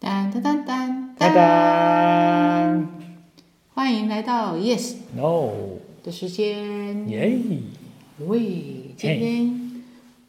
噔噔噔哒哒欢迎来到 Yes ，No，的时间。耶！喂，今天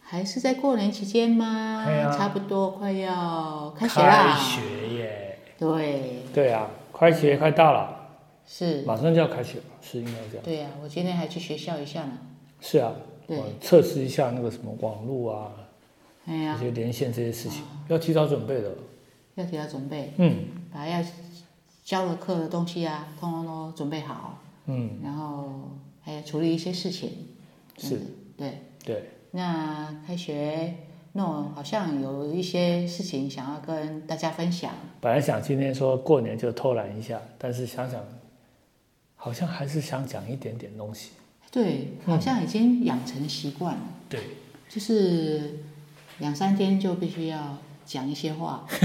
还是在过年期间吗？哎呀差不多快要开学啊开啦。学耶！对，对啊，开学快到了，是，马上就要开学了，是应该这样。对呀、啊，我今天还去学校一下呢。是啊，对我测试一下那个什么网络啊，哎这呀，些连线这些事情，要提早准备的。要给他准备，嗯把要交了课的东西啊，通通都准备好，嗯，然后还有处理一些事情。是嗯，对。对，那开学，那我好像有一些事情想要跟大家分享。本来想今天说过年就偷懒一下，但是想想，好像还是想讲一点点东西。对，好像已经养成习惯了，对，就是两三天就必须要讲一些话。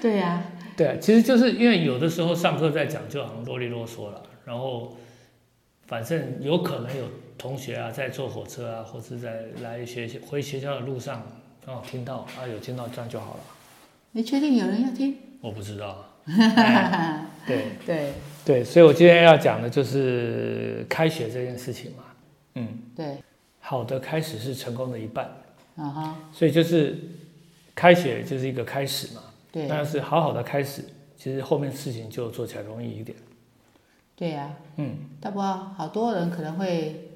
对呀、对啊，其实就是因为有的时候上课在讲，就好像啰里啰嗦了，然后反正有可能有同学啊，在坐火车啊，或是在来学校回学校的路上刚好听到啊，有听到这样就好了。你确定有人要听？我不知道，哎 对对对，所以我今天要讲的就是开学这件事情嘛。嗯，对，好的开始是成功的一半，啊哈，所以就是开学就是一个开始嘛。对啊那要是好好的开始，其实后面事情就做起来容易一点。对呀、嗯。大不好，好多人可能会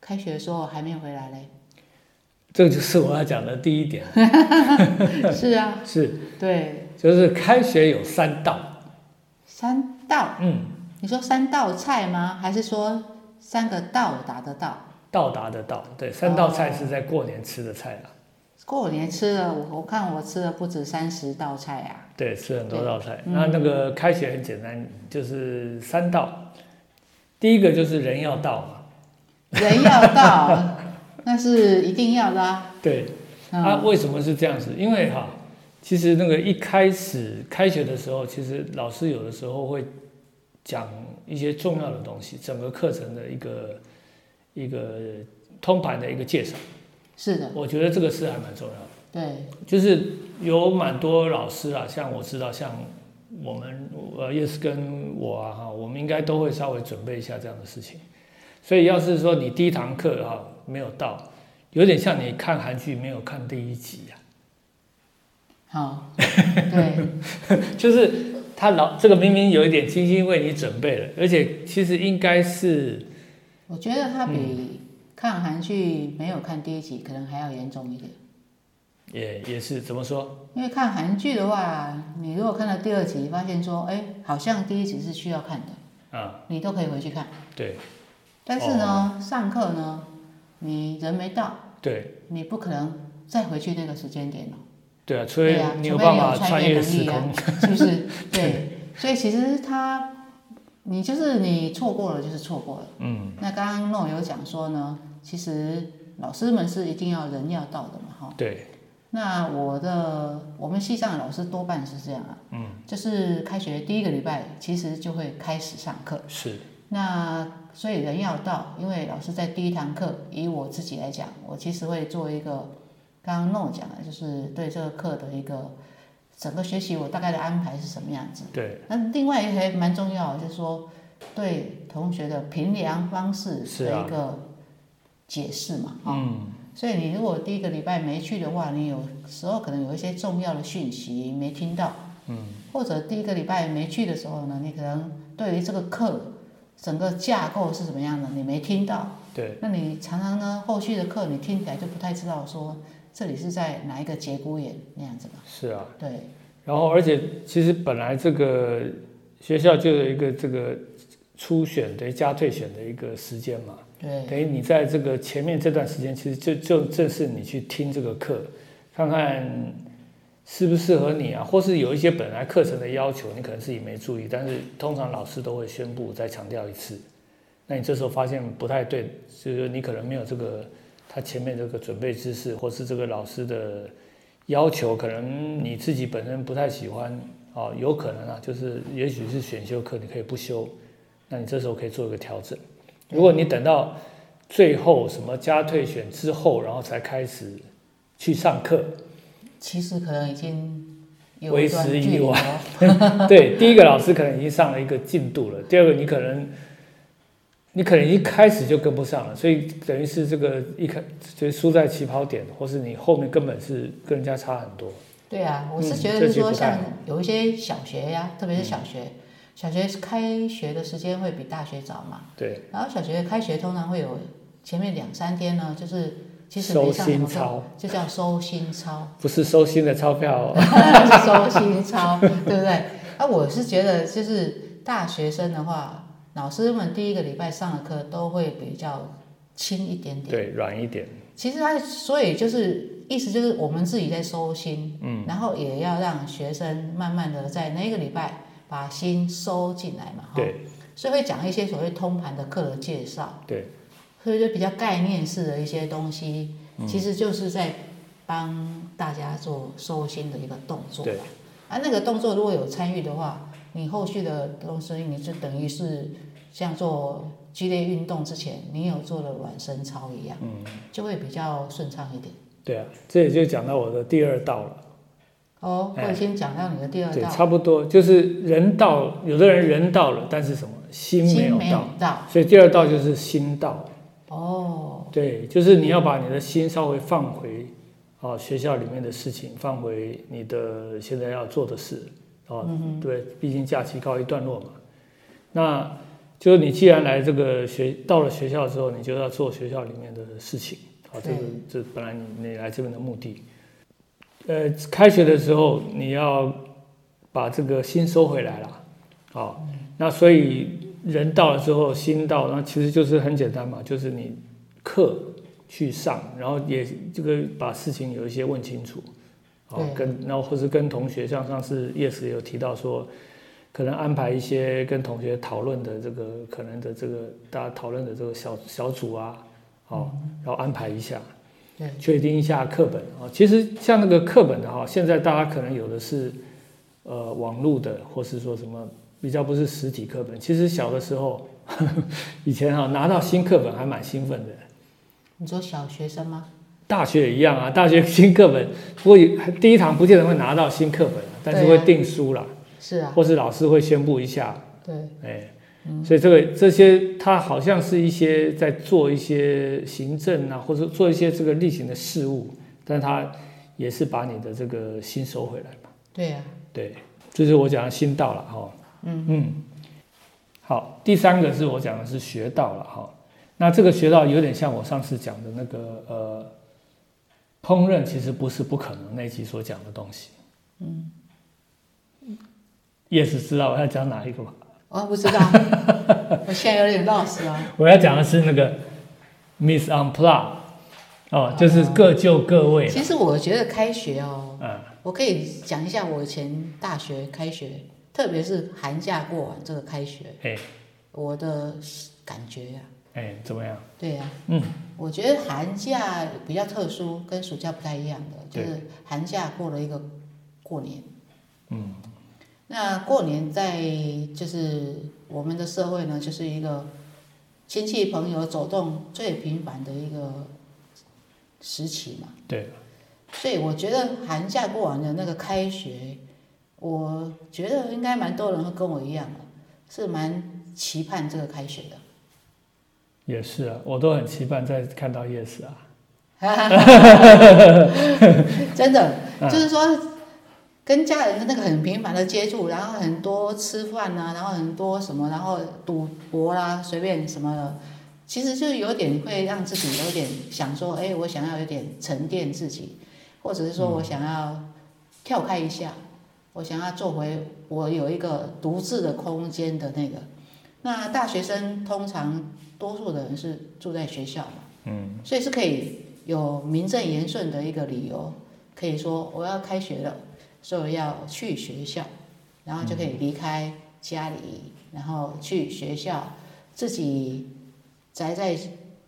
开学的时候还没有回来嘞。这就是我要讲的第一点，是啊，是对，就是开学有三道，三道，嗯，你说三道菜吗？还是说三个道打的道？到达的到，对，三道菜是在过年吃的菜啦，过年吃了，我我看我吃了不止三十道菜啊。对，吃很多道菜。嗯那那个开学很简单，就是三道，第一个就是人要到嘛，人要到， 那是一定要的啊。对，嗯，啊，为什么是这样子？因为哈，其实那个一开始开学的时候，其实老师有的时候会讲一些重要的东西，整个课程的一个一个通盘的一个介绍。是的，我觉得这个是还蛮重要的，对，就是有蛮多老师啊，像我知道，像我们呃叶 s 跟我啊哈，我们应该都会稍微准备一下这样的事情。所以要是说你第一堂课啊没有到，有点像你看韩剧没有看第一集啊， 好，对，就是他老这个明明有一点精心为你准备了，而且其实应该是我觉得它比看韩剧没有看第一集可能还要严重一点，也也是怎么说？因为看韩剧的话，你如果看到第二集，发现说，哎，好像第一集是需要看的，啊，你都可以回去看。对哦但是呢，上课呢，你人没到，对你不可能再回去那个时间点了。对啊，除对非啊你除有非办你有法穿穿越越能时力啊空， 是不是？对，所以其实他，你就是你错过了就是错过了。嗯，那刚刚诺有讲说呢，其实老师们是一定要人要到的嘛，哈。对。那我的我们系上的老师多半是这样啊，嗯，就是开学第一个礼拜其实就会开始上课，是，那所以人要到，因为老师在第一堂课，以我自己来讲，我其实会做一个刚刚诺讲的，就是对这个课的一个整个学习我大概的安排是什么样子。对，那另外也还蛮重要的，就是说对同学的评量方式是的啊一个解释嘛。啊、嗯，所以你如果第一个礼拜没去的话，你有时候可能有一些重要的讯息没听到，嗯，或者第一个礼拜没去的时候呢，你可能对于这个课整个架构是什么样的你没听到，对，那你常常呢后续的课你听起来就不太知道说这里是在哪一个节骨眼那样子嘛，是啊。对，然后，而且其实本来这个学校就有一个这个初选等于加退选的一个时间嘛，对，等于你在这个前面这段时间，其实就就正是你去听这个课，看看适不适合你啊，或是有一些本来课程的要求，你可能自己没注意，但是通常老师都会宣布再强调一次。那你这时候发现不太对，就是说你可能没有这个他前面这个准备知识，或是这个老师的要求，可能你自己本身不太喜欢啊、哦，有可能啊，就是也许是选修课，你可以不修，那你这时候可以做一个调整。如果你等到最后什么加退哦选之后，然后才开始去上课，其实可能已经有为一段时距已离晚哦。对，第一个老师可能已经上了一个进度了，第二个你可能，你可能一开始就跟不上了，所以等于是这个一开就是输在起跑点，或是你后面根本是跟人家差很多。 对啊，我是嗯觉得这是句说，不太嗯像好有一些小学呀、特别是小学，小学开学的时间会比大学早嘛。对，然后小学开学通常会有前面两三天呢，就是其实没收上什心么课，操就叫收心操， 不是收心的钞票、哦。收心 操，对不对？啊，我是觉得就是大学生的话，老师们第一个礼拜上的课都会比较轻一点点。对，软一点。其实他所以就是意思就是我们自己在收心，嗯，然后也要让学生慢慢的在那个礼拜把心收进来嘛，哈，对所以会讲一些所谓通盘的课的介绍，对，所以就比较概念式的一些东西，其实就是在帮大家做收心的一个动作吧对。啊，那个动作如果有参与的话，你后续的东西你就等于是像做激烈运动之前，你有做了暖身操一样，嗯，就会比较顺畅一点。对啊，这也就讲到我的第二道了。哦，哎我已经讲到你的第二对，道，差不多就是人到，有的人人到了，但是什么心没有没到，有到。所以第二道就是心到。哦，对，就是你要把你的心稍微放回啊学校里面的事情，放回你的现在要做的事啊，对，毕竟假期告一段落嘛。那就是你既然来这个学到了学校之后，你就要做学校里面的事情啊，这个这本来你你来这边的目的。呃，开学的时候你要把这个心收回来啦，啊，那所以人到了之后，心到，那其实就是很简单嘛，就是你课去上，然后也这个把事情有一些问清楚，啊、对跟然后或是跟同学，像上次 Yes 有提到说，可能安排一些跟同学讨论的这个可能的这个大家讨论的这个小小组啊，哦，然后安排一下，对，确定一下课本啊、哦。其实像那个课本的哈、现在大家可能有的是呃网络的，或是说什么比较不是实体课本。其实小的时候， 以前哈、拿到新课本还蛮兴奋的。你说小学生吗？大学也一样啊，大学新课本，不过也第一堂不见得会拿到新课本啊，但是对会啊订书啦，是啊，或是老师会宣布一下，对，哎，所以这个这些它好像是一些在做一些行政啊，或者做一些这个例行的事务，但它也是把你的这个心收回来嘛。对啊，对，这是我讲的心道了哈、嗯嗯，好，第三个是我讲的是学道了哈、那这个学道有点像我上次讲的那个呃，烹饪其实不是不可能那一集所讲的东西。嗯。Yes，知道我要讲哪一个吗？我哦不知 道，我现在有点 lost 啊。我要讲的是那个 Miss Unplug，哦，就是各就各位了其。实我觉得开学哦，啊嗯，我可以讲一下我以前大学开学，特别是寒假过完这个开学，哎我的感觉呀、哎，怎么样？对呀、嗯，我觉得寒假比较特殊，跟暑假不太一样的，就是寒假过了一个过年。嗯，那过年在就是我们的社会呢，就是一个亲戚朋友走动最频繁的一个时期嘛。对，所以我觉得寒假过完的那个开学，我觉得应该蛮多人会跟我一样的，是蛮期盼这个开学的。也是啊，我都很期盼再看到 Yes 啊。 真的，就是说跟家人的那个很频繁的接触，然后很多吃饭呐、然后很多什么，然后赌博啦、随便什么的，其实就有点会让自己有点想说，哎，我想要有点沉淀自己，或者是说我想要跳开一下，我想要做回我有一个独自的空间的那个。那大学生通常多数的人是住在学校嘛，嗯，所以是可以有名正言顺的一个理由，可以说我要开学了，所以我要去学校，然后就可以离开家里，然后去学校，自己宅在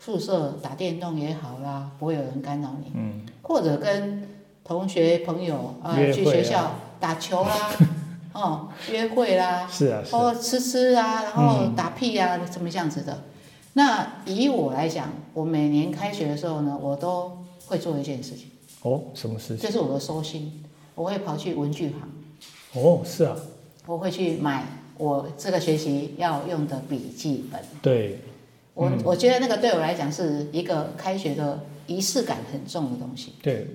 宿舍打电动也好啦，不会有人干扰你，嗯，或者跟同学朋友呃约会啊去学校打球啊啦，哦，约会啦，是啊，是啊或吃吃啊，然后打屁啊，什么这样子的。那以我来讲，我每年开学的时候呢，我都会做一件事情，哦，什么事情？就是我的收心，我会跑去文具行，哦，是啊，我会去买我这个学期要用的笔记本。对，我、我觉得那个对我来讲是一个开学的仪式感很重的东西，对，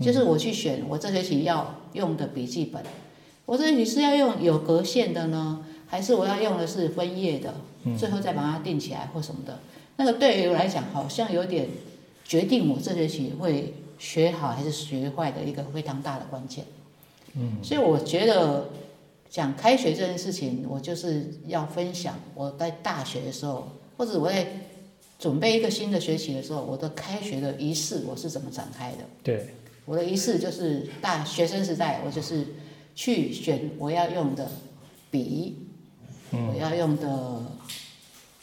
就是我去选我这学期要用的笔记本，我这学期是要用有格线的呢，还是我要用的是分页的，最后再把它定起来或什么的。那个对于我来讲，好像有点决定我这学期会学好还是学坏的一个非常大的关键。嗯，所以我觉得讲开学这件事情，我就是要分享我在大学的时候，或者我在准备一个新的学期的时候，我的开学的仪式我是怎么展开的。对，我的仪式就是大学生时代，我就是去选我要用的笔，我要用的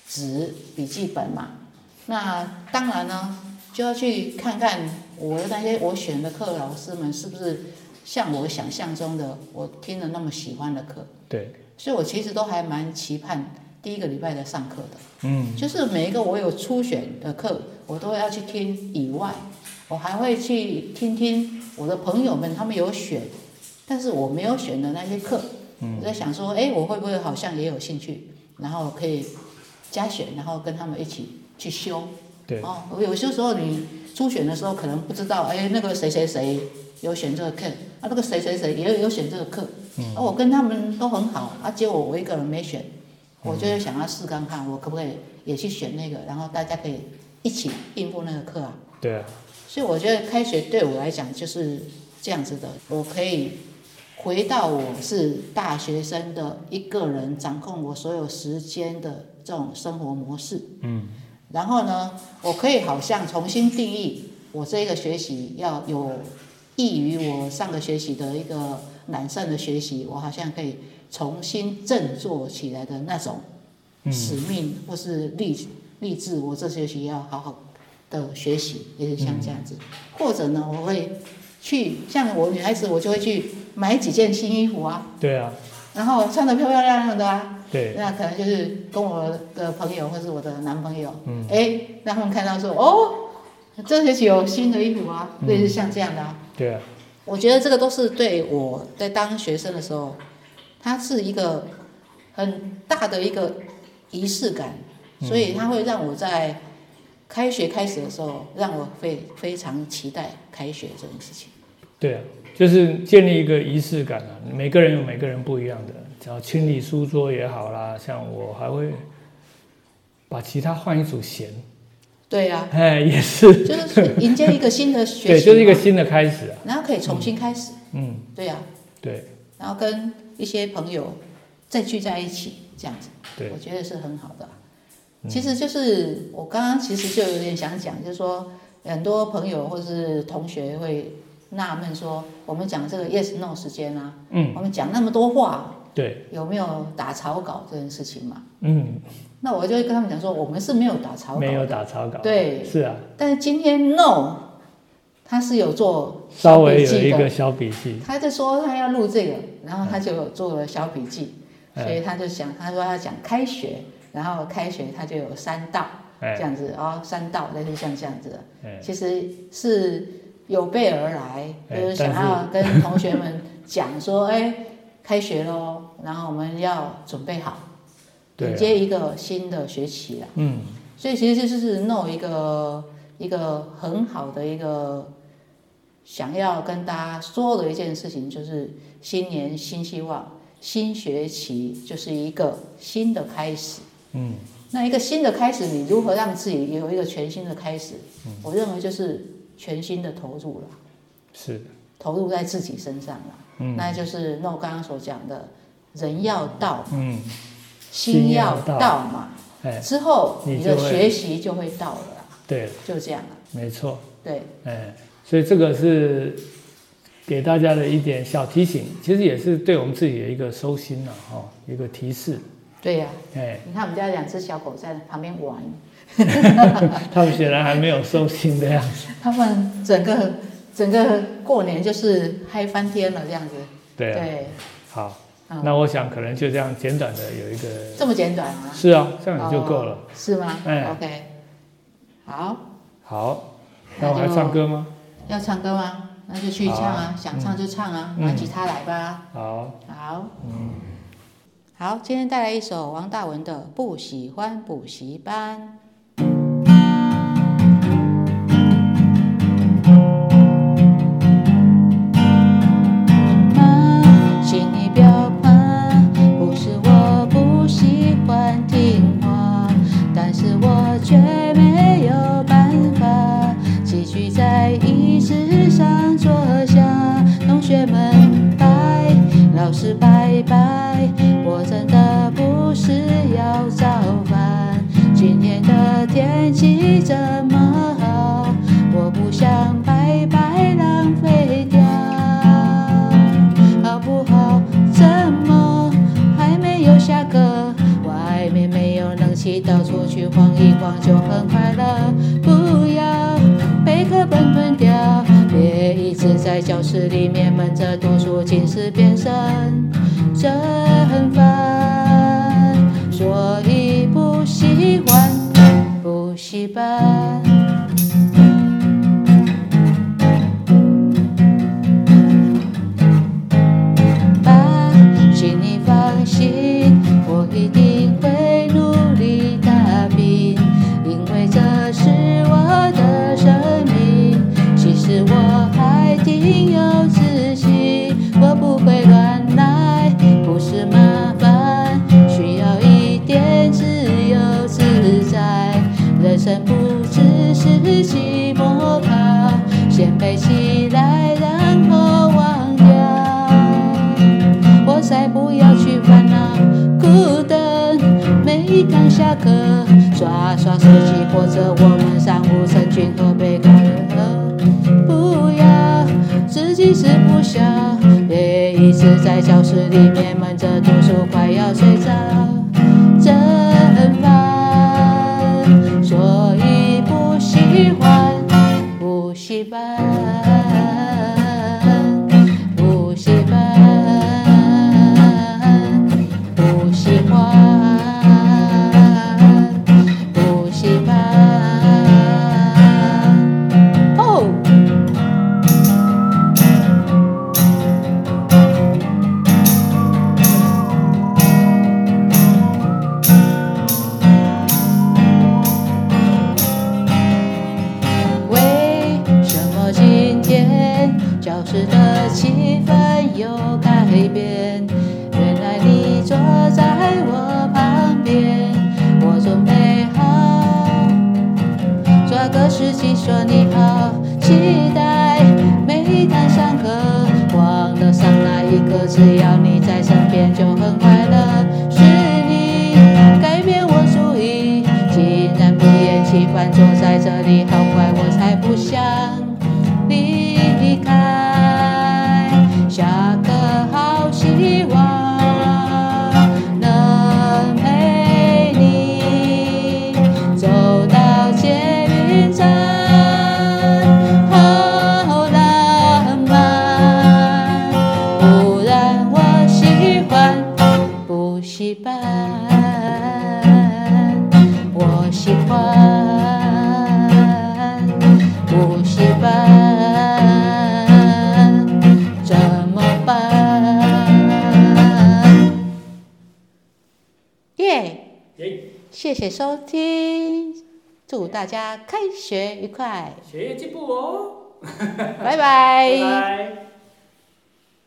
纸、笔记本嘛。那当然呢，就要去看看我的那些我选的课老师们是不是像我想象中的，我听了那么喜欢的课。对，所以我其实都还蛮期盼第一个礼拜的上课的。嗯，就是每一个我有初选的课，我都要去听以外，我还会去听听我的朋友们他们有选，但是我没有选的那些课，我在想说，哎，我会不会好像也有兴趣，然后可以加选，然后跟他们一起去修。对，哦，有些时候你初选的时候可能不知道，哎，那个谁谁谁有选这个课，啊，那个谁谁谁也有选这个课，啊，我跟他们都很好，啊，结果我一个人没选，我就是想要试看看，我可不可以也去选那个，然后大家可以一起应付那个课啊。对啊，所以我觉得开学对我来讲就是这样子的，我可以回到我是大学生的一个人掌控我所有时间的这种生活模式。嗯，然后呢，我可以好像重新定义我这个学习要有益于我上个学期的一个懒散的学习，我好像可以重新振作起来的那种使命或是励励志，我这学期要好好的学习，也是像这样子。或者呢，我会去像我女孩子，我就会去买几件新衣服啊，对啊，然后穿得漂漂亮亮的啊，对，那可能就是跟我的朋友或是我的男朋友，嗯哎、让他们看到说，哦，这学期有新的衣服啊，嗯类似像这样的、啊。对啊，我觉得这个都是对我在当学生的时候，它是一个很大的一个仪式感，嗯所以它会让我在开学开始的时候，让我非非常期待开学这件事情。对啊，就是建立一个仪式感啊。每个人有每个人不一样的，只要清理书桌也好啦，像我还会把吉他换一组弦，对呀、哎，也是，就是迎接一个新的学习嘛，对，就是一个新的开始啊。然后可以重新开始。嗯，对呀、啊对，然后跟一些朋友再聚在一起，这样子，对嗯我觉得是很好的啊。其实就是我刚刚其实就有点想讲，就是说很多朋友或是同学会纳闷说，我们讲这个 yes no 时间啊，嗯，我们讲那么多话，对，有没有打草稿这件事情嘛？嗯，那我就会跟他们讲说，我们是没有打草稿没有的，打草稿，对是啊，但是今天 no，他是有做稍微笔有记一的。个小笔记，他就说他要录这个，然后他就做了小笔记，嗯所以他就想，他说他讲开学，然后开学他就有三道这哎，样子，哦，三道类似像这样子的，哎，其实是有备而来，哎就是想要跟同学们讲说，哎，开学喽，然后我们要准备好，对啊迎接一个新的学期了。嗯，所以其实就是 no 一个一个很好的一个想要跟大家说的一件事情，就是新年新希望，新学期就是一个新的开始。嗯，那一个新的开始，你如何让自己有一个全新的开始？嗯我认为就是全新的投入了，是，投入在自己身上了。嗯，那就是 no 刚刚所讲的，人要到，嗯，心心要要到到嘛，哎，之后你你的就会学习就会到了啦，对，就这样了。没错。对，哎，所以这个是给大家的一点小提醒，其实也是对我们自己的一个收心了、哈、一个提示。对呀、哎，你看我们家两只小狗在旁边玩， 啊他们显然还没有收心的样子。它们整个整个过年就是嗨翻天了这样子。对啊，对，好，嗯那我想可能就这样简短的有一个，这么简短吗？是啊，这样也就够了。哦是吗？哎 o k 好，好，那那我还就唱歌吗？要唱歌吗？那就去唱啊，想唱就唱啊，拿嗯吉他来吧。好，好，好，今天带来一首王大文的《不喜欢补习班》。妈，请你不要怕，不是我不喜欢听话，但是我却没有办法继续在椅子上坐下。同学们拜，老师拜拜，我真的不是要造反。今天的天气这么好，我不想白白浪费掉。好不好？怎么还没有下课？外面没有冷气，到处去晃一晃就很快乐。不要被课本吞掉，别一直在教室里面闷着读书，近视变深，这很烦。所以不喜欢补习班。吧，请你放心，我一定会努力打拼，因为这是我的生命。其实我还挺有自信，我不会乱来，不是麻烦，需要一点自由自在。人生不只是期末考，先背起来，然后忘掉。我才不要去烦恼，孤单。每一堂下课，刷刷手机，或者我们三五成群喝杯可乐。不要自己吃不消，别一直在教室里面闷着读书，快要睡着，真烦。所以不喜欢补习班。补习班，不喜欢，不喜欢。哦。为什么今天教室的气氛有改变？原来你坐在我旁边，我准备好抓个时机说你好，期待每一堂上课，忘了上哪一课，只要你在身边就很快乐。是你改变我主意，竟然不厌其烦坐在这里，好坏我才不想离开。下课好希望能陪你走到捷运站，好浪漫。不然我喜欢补习班，我喜欢补习班，怎么办？耶、耶，谢谢收听，祝大家开学愉快，学业进步哦，拜拜。拜。